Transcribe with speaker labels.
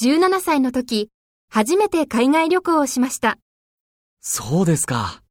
Speaker 1: 17歳の時、初めて海外旅行をしました。
Speaker 2: そうですか。